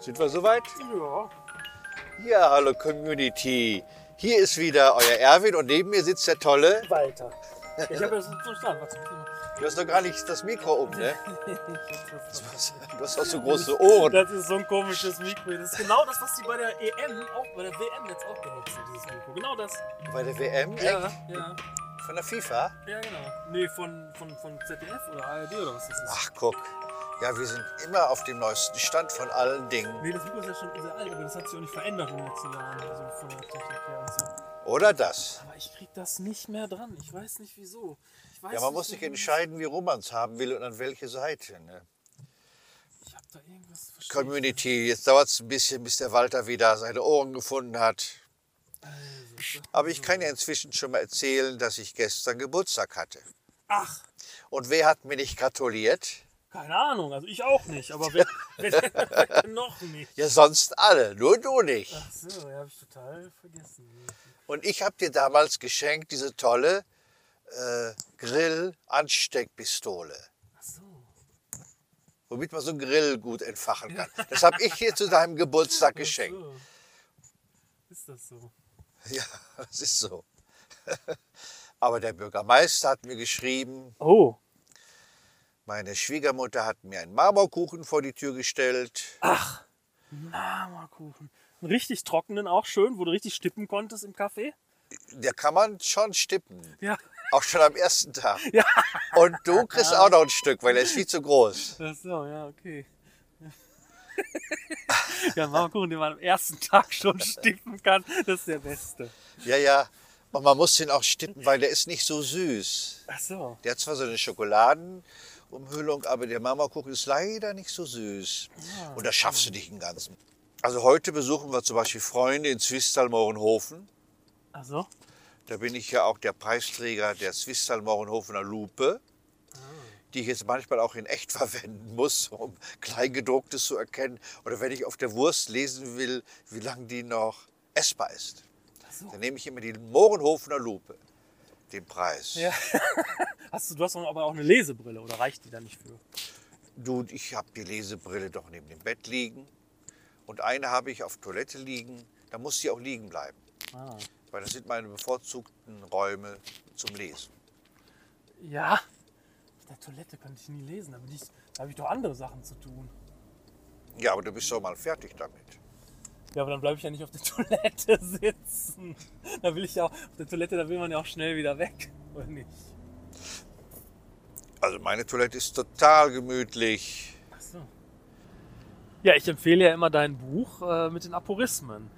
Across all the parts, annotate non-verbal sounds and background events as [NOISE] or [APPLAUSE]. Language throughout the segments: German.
Sind wir soweit? Ja. Ja, hallo Community. Hier ist wieder euer Erwin und neben mir sitzt der tolle. [LAUGHS] Walter. Ich habe das nicht verstanden. Was ich Du hast noch gar nicht das Mikro um, ne? jetzt so verstanden. Du hast auch so große Ohren. Das ist so ein komisches Mikro. Das ist genau das, was die bei der EM, auch bei der WM jetzt auch benutzen, dieses Mikro. Genau das. Bei der WM? Ja, ja. Von der FIFA? Ja, genau. Nee, von, von, von ZDF oder ARD oder was das ist. Ach, guck. Ja, wir sind immer auf dem neuesten Stand von allen Dingen. Nee, das Mikro ist ja schon sehr alt, aber das hat sich auch nicht verändert in den letzten Jahren. Also von der Technik her und so. Oder das? Aber ich krieg das nicht mehr dran. Ich weiß nicht wieso. Ich weiß Ja, man nicht, muss sich warum. entscheiden, wie rum man es haben will und an welche Seite. Ne? Ich hab da irgendwas verstanden. Community, jetzt dauert es ein bisschen, bis der Walter wieder seine Ohren gefunden hat. Aber ich kann ja inzwischen schon mal erzählen, dass ich gestern Geburtstag hatte. Ach, Und wer hat mir nicht gratuliert? keine Ahnung. Also ich auch nicht, [LAUGHS] aber wer, wer, noch nicht. Ja, sonst alle, nur du nicht. Ach so, ja, habe ich total vergessen. Und ich habe dir damals geschenkt diese tolle äh, Grill-Ansteckpistole, Ach so. womit man so einen Grill gut entfachen kann. Das habe ich dir zu deinem Geburtstag geschenkt. So. Ist das so? Ja, das ist so. [LAUGHS] Aber der Bürgermeister hat mir geschrieben, Oh. meine Schwiegermutter hat mir einen Marmorkuchen vor die Tür gestellt. Ach, Marmorkuchen. Einen richtig trockenen auch schön, wo du richtig stippen konntest im Kaffee. Da kann man schon stippen. Ja. Auch schon am ersten Tag. Ja. Und du kriegst auch noch ein Stück, weil er ist viel zu groß. Ach so, ja, okay. [LAUGHS] ja, Marmorkuchen, den man am ersten Tag schon stippen kann, das ist der beste. Ja, ja. Und man muss den auch stippen, weil der ist nicht so süß. Ach so. Der hat zwar so eine Schokoladenumhüllung, aber der Marmorkuchen ist leider nicht so süß. Und das schaffst du nicht im Ganzen. Also heute besuchen wir zum Beispiel Freunde in Zwistal-Mohrenhofen. Ach so? Da bin ich ja auch der Preisträger der Zwistal-Mohrenhofener Lupe, die ich jetzt manchmal auch in echt [LAUGHS] verwenden muss, um Kleingedrucktes zu erkennen. Oder wenn ich auf der Wurst lesen will, wie lange die noch essbar ist. so. Dann nehme ich immer die Mohrenhofener Lupe, den Preis. Ja. Hast du, du hast aber auch eine Lesebrille, oder reicht die da nicht für? Du, ich habe die Lesebrille doch neben dem Bett liegen. Und eine habe ich auf Toilette liegen. Da muss sie auch liegen bleiben. Ah. Weil das sind meine bevorzugten Räume zum Lesen. Ja. Auf der Toilette könnte ich nie lesen, da, bin ich- da habe ich doch andere Sachen zu tun. Ja, aber du bist doch mal fertig damit. Ja, aber dann bleibe ich ja nicht auf der [LAUGHS] Toilette sitzen. Da will ich ja auch, auf der Toilette, da will man ja auch schnell wieder weg, [LAUGHS] oder nicht? Also meine Toilette ist total gemütlich. Ach so. Ja, ich empfehle ja immer dein Buch äh, mit den Aporismen.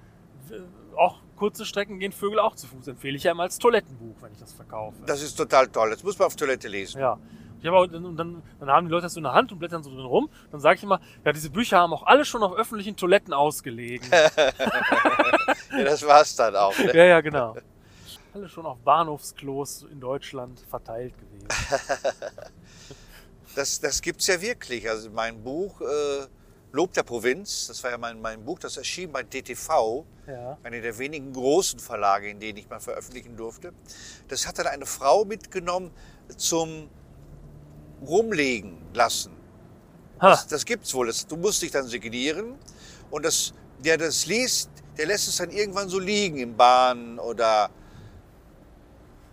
W- Auch kurze Strecken gehen Vögel auch zu Fuß. Empfehle ich ja immer als Toilettenbuch, wenn ich das verkaufe. Das ist total toll. Jetzt muss man auf Toilette lesen. Ja. Ich habe auch, und dann, dann haben die Leute das so in der Hand und blättern so drin rum. Dann sage ich immer, ja, diese Bücher haben auch alle schon auf öffentlichen Toiletten ausgelegen. Ja, das war's dann auch. Ne? ja, ja, genau. Alle schon auf Bahnhofsklos in Deutschland verteilt gewesen. Das, das gibt's ja wirklich. Also mein Buch äh, Lob der Provinz, das war ja mein, mein Buch, das erschien bei DTV, Ja. einer der wenigen großen Verlage, in denen ich mal veröffentlichen durfte. Das hat dann eine Frau mitgenommen zum Rumlegen lassen. Ha. Das, das gibt's wohl. Das, du musst dich dann signieren und das, der das liest, der lässt es dann irgendwann so liegen im Bahn oder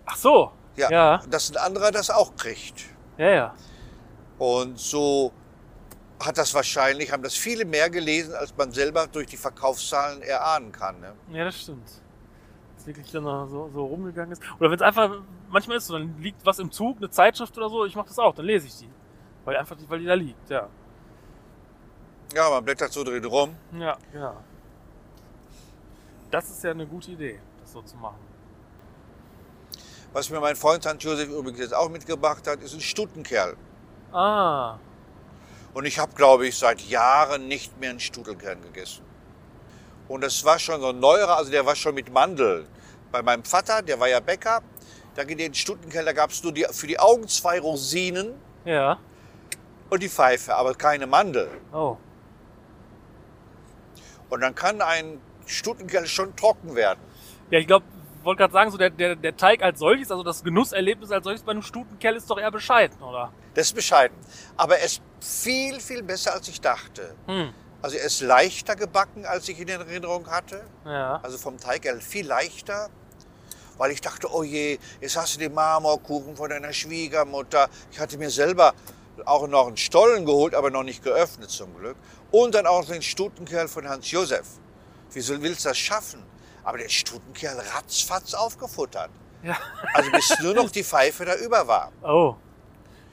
Ach so. ja, Ja. dass ein anderer das auch kriegt. Ja, ja. Und so hat das wahrscheinlich, haben das viele mehr gelesen, als man selber durch die Verkaufszahlen erahnen kann. Ne? Ja, das stimmt. Dass wirklich dann noch so, so rumgegangen ist. Oder wenn es einfach, manchmal ist so, dann liegt was im Zug, eine Zeitschrift oder so, ich mache das auch, dann lese ich die. Weil einfach, die- weil die da liegt, ja. Ja, man blättert so drin rum. Ja, genau. Das ist ja eine gute Idee, das so zu machen. Was mir mein Freund Hans-Josef übrigens jetzt auch mitgebracht hat, ist ein Stutenkerl. Ah, Und ich habe, glaube ich, seit Jahren nicht mehr einen Studelkern gegessen. Und das war schon so ein neuerer, also der war schon mit Mandeln. Bei meinem Vater, der war ja Bäcker, da in den Stutenkerl, da gab es nur die, für die Augen zwei Rosinen ja. und die Pfeife, aber keine Mandel. Oh. Und dann kann ein Stutenkerl schon trocken werden. Ja, ich glaube, wollte gerade sagen, so der, der, der Teig als solches, also das Genusserlebnis als solches bei einem Stutenkell ist doch eher bescheiden, oder? Das ist bescheiden. Aber es ist viel, viel besser, als ich dachte. Hm. Also er ist leichter gebacken, als ich in Erinnerung hatte. Ja. Also vom Teig her viel leichter. Weil ich dachte, oh je, jetzt hast du den Marmorkuchen von deiner Schwiegermutter. Ich hatte mir selber auch noch einen Stollen geholt, aber noch nicht geöffnet zum Glück. Und dann auch den Stutenkerl von Hans Josef. Wieso willst du das schaffen? Aber den Stutenkerl ratzfatz aufgefuttert. ja. Also bis nur noch die Pfeife da über war. Oh.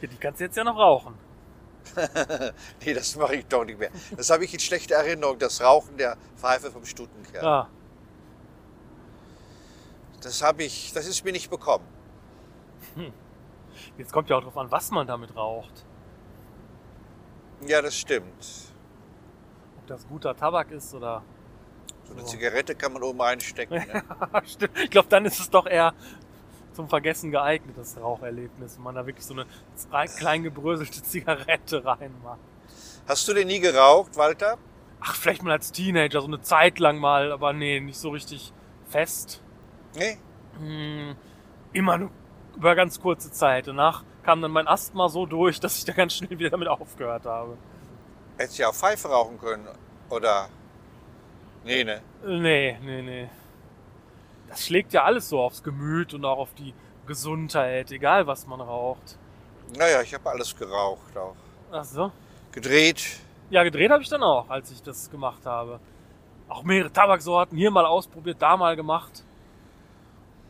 Ja, die kannst du jetzt ja noch rauchen. Nee, das mache ich doch nicht mehr. Das habe ich in schlechter Erinnerung, das Rauchen der Pfeife vom Stutenkerl. Ja. Das habe ich, das ist mir nicht bekommen. Jetzt kommt ja auch drauf an, was man damit raucht. Ja, das stimmt. Ob das guter Tabak ist oder. [LAUGHS] So eine Oh. Zigarette kann man oben einstecken. Ne? Stimmt. ich glaube, dann ist es doch eher zum Vergessen geeignet, das Raucherlebnis, wenn man da wirklich so eine zwei- klein gebröselte [LAUGHS] Zigarette reinmacht. Hast du den nie geraucht, Walter? Ach, vielleicht mal als Teenager, so eine Zeit lang mal, aber nee, nicht so richtig fest. Nee? Hm, immer nur über ganz kurze Zeit. Danach kam dann mein Asthma so durch, [LAUGHS] dass ich da ganz schnell wieder damit aufgehört habe. Hättest ja auch Pfeife rauchen können. Oder? Nee, ne? Nee, nee, nee. Das schlägt ja alles so aufs Gemüt und auch auf die Gesundheit, egal was man raucht. Naja, ich habe alles geraucht auch. Ach so. Gedreht. Ja, gedreht habe ich dann auch, als ich das gemacht habe. Auch mehrere Tabaksorten, hier mal ausprobiert, da mal gemacht.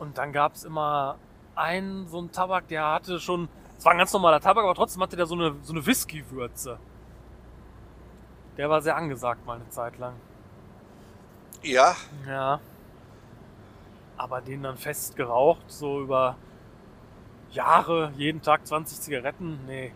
Und dann gab's immer einen, so einen Tabak, der hatte schon, es war ein ganz normaler Tabak, aber trotzdem hatte der so eine, so eine Whisky-Würze. Der war sehr angesagt mal eine Zeit lang. Ja, Ja. Aber den dann fest geraucht, so über Jahre, jeden Tag 20 Zigaretten? Nee.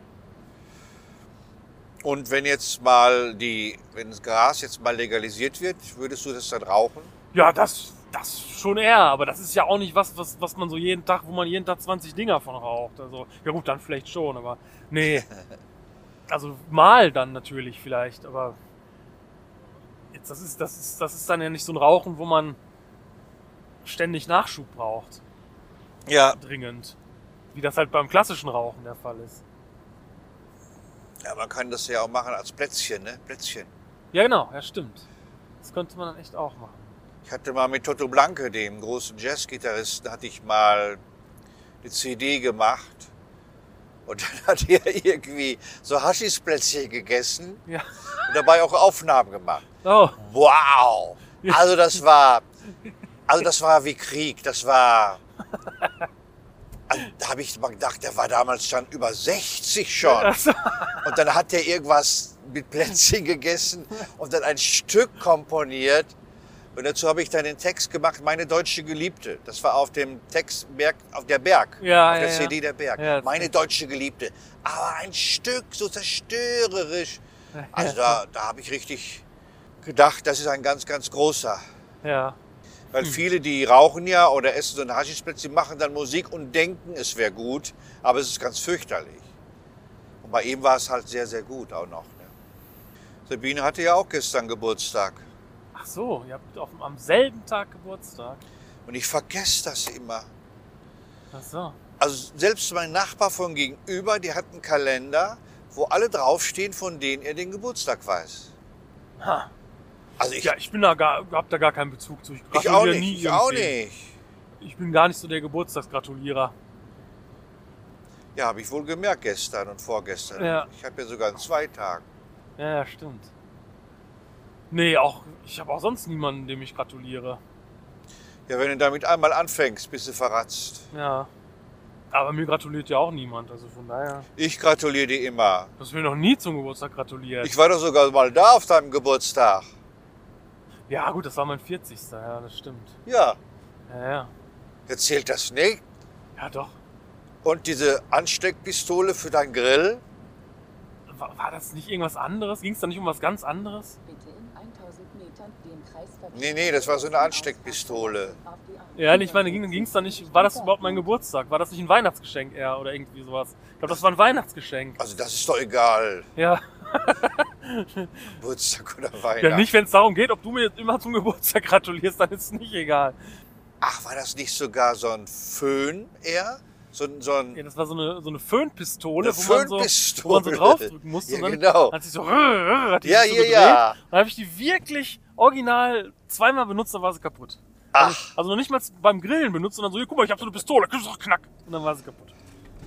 und wenn jetzt mal die, wenn das Gras jetzt mal legalisiert wird, würdest du das dann rauchen? Ja, das, das schon eher, aber das ist ja auch nicht was, was, was man so jeden Tag, wo man jeden Tag 20 Dinger von raucht. Also, ja gut, dann vielleicht schon, aber nee. Also mal dann natürlich vielleicht, aber jetzt, das ist, das ist, das ist dann ja nicht so ein Rauchen, wo man ständig Nachschub braucht, Ja, dringend. Wie das halt beim klassischen Rauchen der Fall ist. ja man kann das ja auch machen als Plätzchen, ne? Plätzchen. Ja, genau, ja, stimmt. Das könnte man dann echt auch machen. Ich hatte mal mit Toto Blanke, dem großen Jazzgitarristen, hatte ich mal eine CD gemacht. Und [LAUGHS] dann hat er irgendwie so Haschisplätzchen gegessen Ja. und dabei auch Aufnahmen gemacht. Oh, Wow! Also das war, also das war wie Krieg. Das war, also da habe ich mal gedacht, der war damals schon über 60 schon. also, Und dann hat er irgendwas mit Plätzchen gegessen und dann ein Stück komponiert. Und dazu habe ich dann den Text gemacht, meine deutsche Geliebte. Das war auf dem Text Berg, auf der Berg, Ja, auf ja, der ja. CD der Berg. Ja, das meine deutsche Geliebte. Aber ein Stück, so zerstörerisch. [LAUGHS] Also da, da habe ich richtig gedacht, das ist ein ganz, ganz großer. [LAUGHS] ja. Weil Hm. viele, die rauchen ja oder essen so ein Haschisplätzchen, machen dann Musik und denken, es wäre gut, aber es ist ganz fürchterlich. Und bei ihm war es halt sehr, sehr gut auch noch. Ne? Sabine hatte ja auch gestern Geburtstag. Ach so, ihr habt auf, am selben Tag Geburtstag. Und ich vergesse das immer. Ach so. Also selbst mein Nachbar von gegenüber, die hat einen Kalender, wo alle draufstehen, von denen er den Geburtstag weiß. Ha. Also ich, Ja, ich bin da gar, hab da gar keinen Bezug zu. ich auch gratuliere nicht. nie Ich auch irgendwie. nicht. Ich bin gar nicht so der Geburtstagsgratulierer. Ja, habe ich wohl gemerkt gestern und vorgestern. Ja. Ich habe ja sogar an zwei Tagen. Ja, ja, stimmt. Nee, auch ich habe auch sonst niemanden, dem ich gratuliere. Ja, wenn du damit einmal anfängst, bist du verratzt. Ja. Aber mir gratuliert ja auch niemand, also von daher. Ich gratuliere dir immer. Du hast mir noch nie zum Geburtstag gratuliert. Ich war doch sogar mal da auf deinem Geburtstag. ja, gut, das war mein 40. Ja, das stimmt. Ja, Ja, ja. jetzt zählt das nicht. Ja, doch. Und diese Ansteckpistole für deinen Grill? War, war das nicht irgendwas anderes? Ging es da nicht um was ganz anderes? Bitte in 1000 Metern den Kreisverkehr. Nee, nee, das war so eine Ansteckpistole. Auf die Ampel. Ja, nee, ich meine, ging es da nicht. War das überhaupt mein Geburtstag? War das nicht ein Weihnachtsgeschenk eher oder irgendwie sowas? Ich glaube, das war ein Weihnachtsgeschenk. Also das ist doch egal. Ja. Geburtstag oder Weihnachten. Ja, nicht, wenn es darum geht, ob du mir jetzt immer zum Geburtstag gratulierst, dann ist es nicht egal. Ach, war das nicht sogar so ein Föhn eher? so, ein- so ein Ja, das war so eine, so eine Föhnpistole, Eine wo, man so, wo man so Föhnpistole. draufdrücken [LAUGHS] musste. Ja, und dann genau. hat sich so, hat die Ja, sich so ja, gedreht. ja. Dann habe ich die wirklich original zweimal benutzt, dann war sie kaputt. Ach, Also noch nicht mal beim Grillen benutzt, sondern so, hier, guck mal, ich habe so eine Pistole, kriegst du doch knack. Und dann war sie kaputt.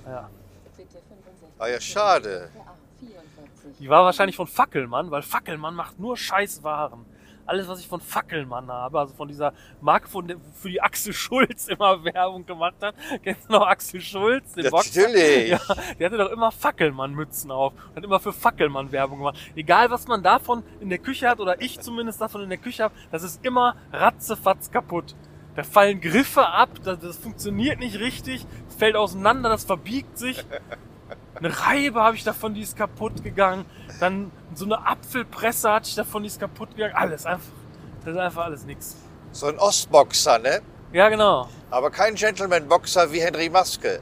Ja. Bitte 65 Ah ja, schade. Kilometer A44. Die war wahrscheinlich von Fackelmann, weil Fackelmann macht nur scheiß Waren. Alles, was ich von Fackelmann habe, also von dieser Marke, von der, für die Axel Schulz immer [LAUGHS] Werbung gemacht hat. Kennst du noch Axel Schulz, den Boxer? natürlich. [LAUGHS] Ja, der hatte doch immer Fackelmann-Mützen auf und hat immer für Fackelmann Werbung gemacht. Egal, was man davon in der Küche hat oder ich zumindest davon in der Küche habe, das ist immer ratzefatz kaputt. Da fallen Griffe ab, das, das funktioniert nicht richtig, es fällt auseinander, das verbiegt sich. Eine Reibe habe ich davon, die ist kaputt gegangen. Dann so eine Apfelpresse hatte ich davon, die ist kaputt gegangen. Alles einfach. Das ist einfach alles nix. so ein Ostboxer, ne? Ja, genau. Aber kein Gentleman-Boxer wie Henry Maske.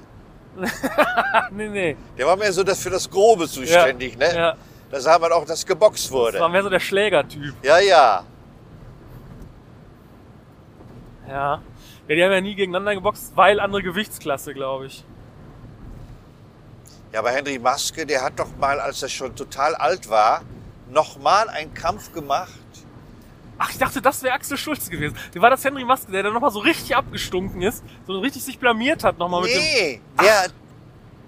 Nee, nee. Der war mehr so das für das Grobe zuständig, ne? Ja, Da sah man auch, dass geboxt das war wurde. mehr so der Schlägertyp. Ja, ja. Ja. Ja, die haben ja nie gegeneinander geboxt, weil andere Gewichtsklasse, glaube ich. Ja, aber Henry Maske, der hat doch mal, als er schon total alt war, nochmal einen Kampf gemacht. Ach, ich dachte, das wäre Axel Schulz gewesen. War das Henry Maske, der dann nochmal so richtig abgestunken ist, so richtig sich blamiert hat nochmal mit dem. Nee, der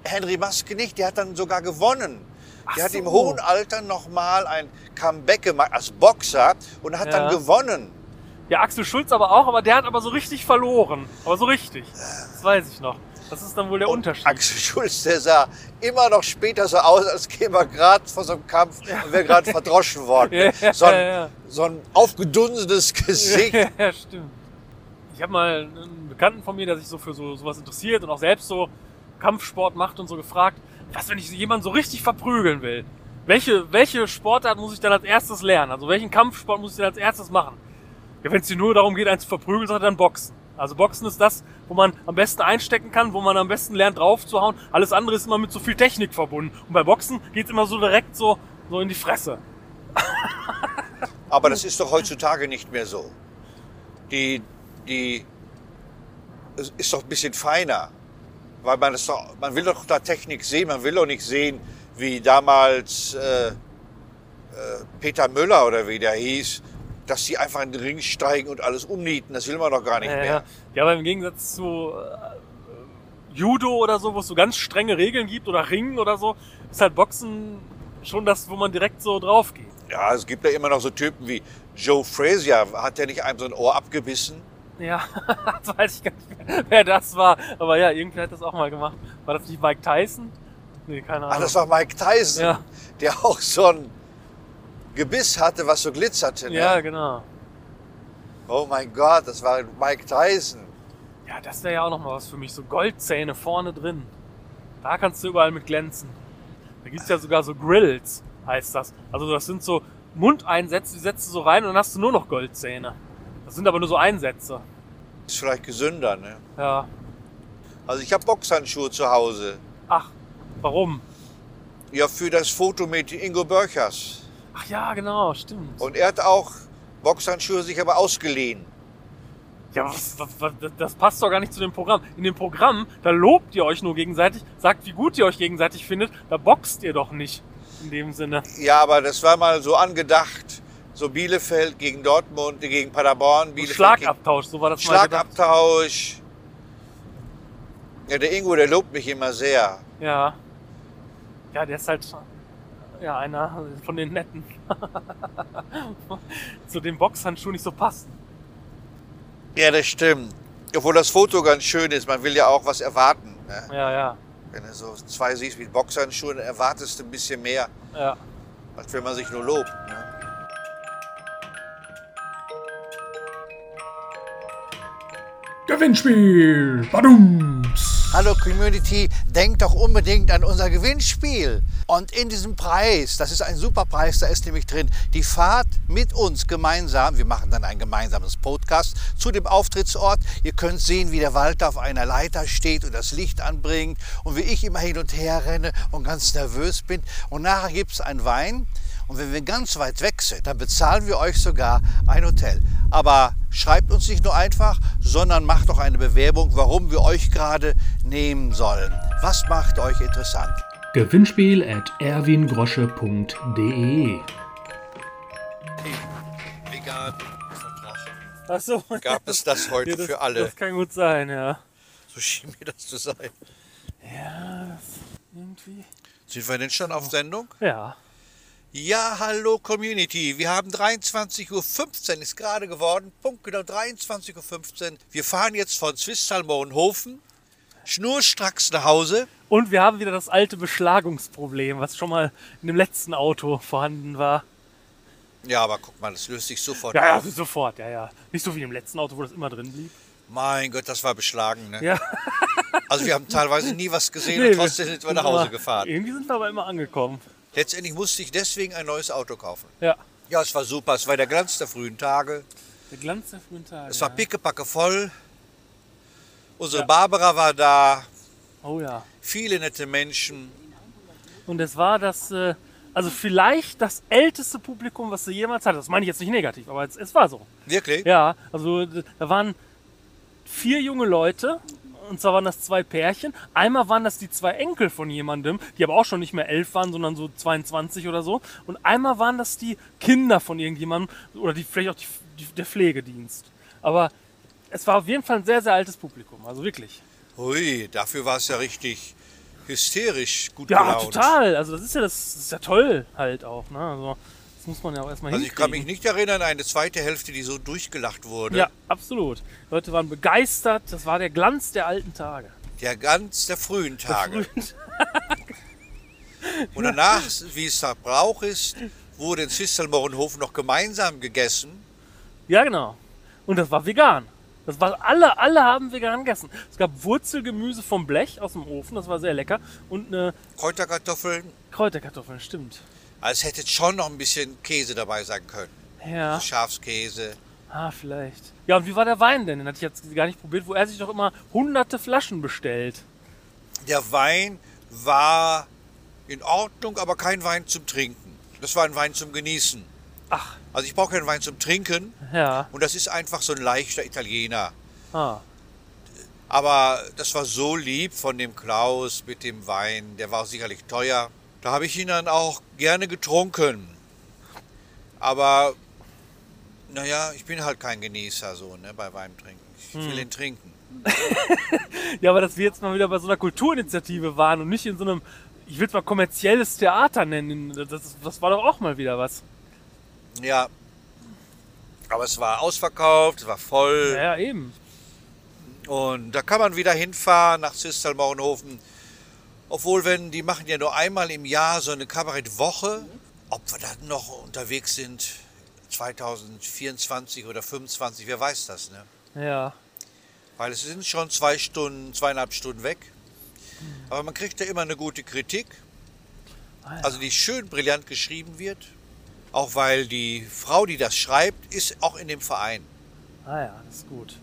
Henry Maske nicht, der hat dann sogar gewonnen. Ach Der hat im so. hohen Alter nochmal ein Comeback gemacht als Boxer und hat Ja. dann gewonnen. Ja, Axel Schulz aber auch, aber der hat aber so richtig verloren. Aber so richtig. Das weiß ich noch. Das ist dann wohl der Und Unterschied. Axel [LAUGHS] Schulz, der sah immer noch später so aus, als käme er gerade vor so einem Kampf und wäre gerade verdroschen worden. [LAUGHS] Ja, So ein, ja, so ein aufgedunsenes Gesicht. [LAUGHS] ja. ja, stimmt. Ich habe mal einen Bekannten von mir, der sich so für so, sowas interessiert und auch selbst so Kampfsport macht und so gefragt, was, wenn ich jemanden so richtig verprügeln will? Welche, welche Sportart muss ich dann als erstes lernen? Also welchen Kampfsport muss ich dann als erstes machen? Ja, wenn es dir nur darum geht, einen zu verprügeln, sagt er dann Boxen. Also Boxen ist das, wo man am besten einstecken kann, wo man am besten lernt draufzuhauen. Alles andere ist immer mit so viel Technik verbunden. Und bei Boxen geht's immer so direkt so, so in die Fresse. Aber das ist doch heutzutage nicht mehr so. Die, die, es ist doch ein bisschen feiner. Weil man es doch, man will doch da Technik sehen, man will doch nicht sehen, wie damals äh, äh, Peter Müller oder wie der hieß, dass die einfach in den Ring steigen und alles umnieten. Das will man doch gar nicht Äh, ja, mehr. ja. ja, aber im Gegensatz zu äh, Judo oder so, wo es so ganz strenge Regeln gibt oder Ringen oder so, ist halt Boxen schon das, wo man direkt so drauf geht. Ja, es gibt ja immer noch so Typen wie Joe Frazier. Hat der nicht einem so ein Ohr abgebissen? Ja, [LAUGHS] das weiß ich gar nicht mehr, wer das war. Aber ja, irgendwer hat das auch mal gemacht. War das nicht Mike Tyson? Nee, keine Ahnung. Ach, das war Mike Tyson, Ja. der auch so ein Gebiss hatte, was so glitzerte. Ne? ja, genau. Oh mein Gott, das war Mike Tyson. Ja, das wäre ja auch nochmal was für mich. So Goldzähne vorne drin. Da kannst du überall mit glänzen. Da gibt's ja sogar so Grills, heißt das. Also das sind so Mundeinsätze, die setzt du so rein und dann hast du nur noch Goldzähne. Das sind aber nur so Einsätze. Ist vielleicht gesünder, ne? Ja. Also ich habe Boxhandschuhe zu Hause. Ach, warum? Ja, für das Foto mit Ingo Börchers. Ach ja, genau, stimmt. Und er hat auch Boxhandschuhe sich aber ausgeliehen. Ja, was, was, was, das passt doch gar nicht zu dem Programm. In dem Programm, da lobt ihr euch nur gegenseitig, sagt, wie gut ihr euch gegenseitig findet, da boxt ihr doch nicht. In dem Sinne. Ja, aber das war mal so angedacht. So Bielefeld gegen Dortmund, gegen Paderborn, Und Bielefeld gegen Schlagabtausch, so war das mal gedacht. Schlagabtausch. Ja, der Ingo, der lobt mich immer sehr. Ja. Ja, der ist halt ja einer von den netten. [LAUGHS] Zu dem Boxhandschuh nicht so passen. Ja, das stimmt. Obwohl das Foto ganz schön ist, man will ja auch was erwarten. Ne? Ja, ja. Wenn du so zwei siehst mit Boxhandschuhen, dann erwartest du ein bisschen mehr. Ja, als wenn man sich nur lobt. Ne? Gewinnspiel! Badums! Hallo Community, denkt doch unbedingt an unser Gewinnspiel. Und in diesem Preis, das ist ein super Preis, da ist nämlich drin die Fahrt mit uns gemeinsam. Wir machen dann ein gemeinsames Podcast zu dem Auftrittsort. Ihr könnt sehen, wie der Walter auf einer Leiter steht und das Licht anbringt und wie ich immer hin und her renne und ganz nervös bin. Und nachher gibt es einen Wein. Und wenn wir ganz weit weg sind, dann bezahlen wir euch sogar ein Hotel. Aber schreibt uns nicht nur einfach, sondern macht doch eine Bewerbung, warum wir euch gerade nehmen sollen. Was macht euch interessant? Gewinnspiel at erwingrosche.de Vegan Vertrag. Achso. Gab [LAUGHS] es das heute Ja, das, für alle? Das kann gut sein, ja. So schien mir das zu sein. Ja, das irgendwie. Sind wir denn schon auf Sendung? Ja. Ja, hallo Community. Wir haben 23.15 Uhr, ist gerade geworden. Punkt genau 23.15 Uhr. Wir fahren jetzt von Swissalmonhofen schnurstracks nach Hause. Und wir haben wieder das alte Beschlagungsproblem, was schon mal in dem letzten Auto vorhanden war. Ja, aber guck mal, das löst sich sofort Ja, ja, auf. sofort, ja, ja. Nicht so wie im letzten Auto, wo das immer drin blieb. Mein Gott, das war beschlagen. Ne? Ja. [LAUGHS] Also wir haben teilweise nie was gesehen Nee, und trotzdem sind wir nach aber [LAUGHS] Hause gefahren. Irgendwie sind wir aber immer angekommen. Letztendlich musste ich deswegen ein neues Auto kaufen. Ja. Ja, es war super. Es war der Glanz der frühen Tage. Der Glanz der frühen Tage. Es war ja. pickepacke voll. Unsere Ja. Barbara war da. Oh ja. Viele nette Menschen. Und es war das, äh, also vielleicht das älteste Publikum, was sie jemals hatte. Das meine ich jetzt nicht negativ, aber es, es war so. Wirklich? Ja, also d- da waren vier junge Leute. Und zwar waren das zwei Pärchen. Einmal waren das die zwei Enkel von jemandem, die aber auch schon nicht mehr elf waren, sondern so 22 oder so. Und einmal waren das die Kinder von irgendjemandem oder die, vielleicht auch die, die, der Pflegedienst. Aber es war auf jeden Fall ein sehr, sehr altes Publikum. Also wirklich. Hui, dafür war es ja richtig hysterisch gut Ja, gelaunt. total. Also das ist ja das, das ist ja toll halt auch. Ne? Also das muss man ja auch erstmal Also ich kann mich hinkriegen. nicht erinnern an eine zweite Hälfte, die so durchgelacht wurde. Ja, absolut. Leute waren begeistert. Das war der Glanz der alten Tage. Der Glanz der frühen Tage. Und danach, wie es da Brauch ist, wurde in Zistelmorgenhofen noch gemeinsam gegessen. Ja, genau. Und das war vegan. Das war alle, alle haben vegan gegessen. Es gab Wurzelgemüse vom Blech aus dem Ofen, das war sehr lecker. Und eine Kräuterkartoffeln, Kräuterkartoffeln, stimmt. als hätte schon noch ein bisschen Käse dabei sein können. Also Ja. Schafskäse. Ah, vielleicht. Ja, und wie war der Wein denn? Den hatte ich jetzt gar nicht probiert, wo er sich doch immer hunderte Flaschen bestellt. Der Wein war in Ordnung, aber kein Wein zum Trinken. Das war ein Wein zum Genießen. Ach, Also ich brauche keinen Wein zum Trinken ja. und das ist einfach so ein leichter Italiener. Ah. Aber das war so lieb von dem Klaus mit dem Wein. Der war sicherlich teuer. Da habe ich ihn dann auch gerne getrunken. Aber naja, ich bin halt kein Genießer so, ne, bei Wein trinken. Ich will ihn trinken. Ja, aber dass wir jetzt mal wieder bei so einer Kulturinitiative waren und nicht in so einem, ich will es mal kommerzielles Theater nennen, das, ist- das war doch auch mal wieder was. Ja. Aber es war ausverkauft, es war voll. Ja, ja eben. Und da kann man wieder hinfahren nach Zistelmauenhofen. Obwohl, wenn die machen ja nur einmal im Jahr so eine Kabarettwoche, ob wir dann noch unterwegs sind 2024 oder 25, wer weiß das, ne? Ja. Weil es sind schon zwei Stunden, zweieinhalb Stunden weg. Aber man kriegt ja immer eine gute Kritik. Ah ja. Also die schön brillant geschrieben wird. Auch weil die Frau, die das schreibt, ist auch in dem Verein. Ah ja, das ist gut.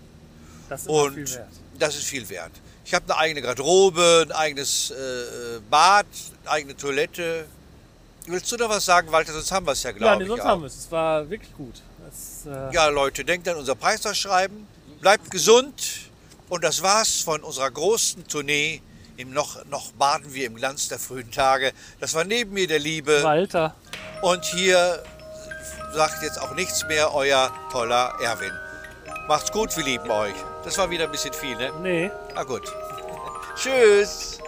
Das ist immer Und viel wert. das ist viel wert. Ich habe eine eigene Garderobe, ein eigenes äh, Bad, eine eigene Toilette. Willst du da was sagen, Walter? Sonst haben wir es ja, Ja, glaube nee, sonst ich. haben Auch. wir es. Es war wirklich gut. Es, äh, Ja, Leute, denkt an unser Preisausschreiben. Bleibt gesund. Und das war's von unserer großen Tournee. Im noch, noch baden wir im Glanz der frühen Tage. Das war neben mir der Liebe. Walter. Und hier sagt jetzt auch nichts mehr euer toller Erwin. Macht's gut, wir lieben euch. Das war wieder ein bisschen viel, ne? Nee. Na gut. Tschüss.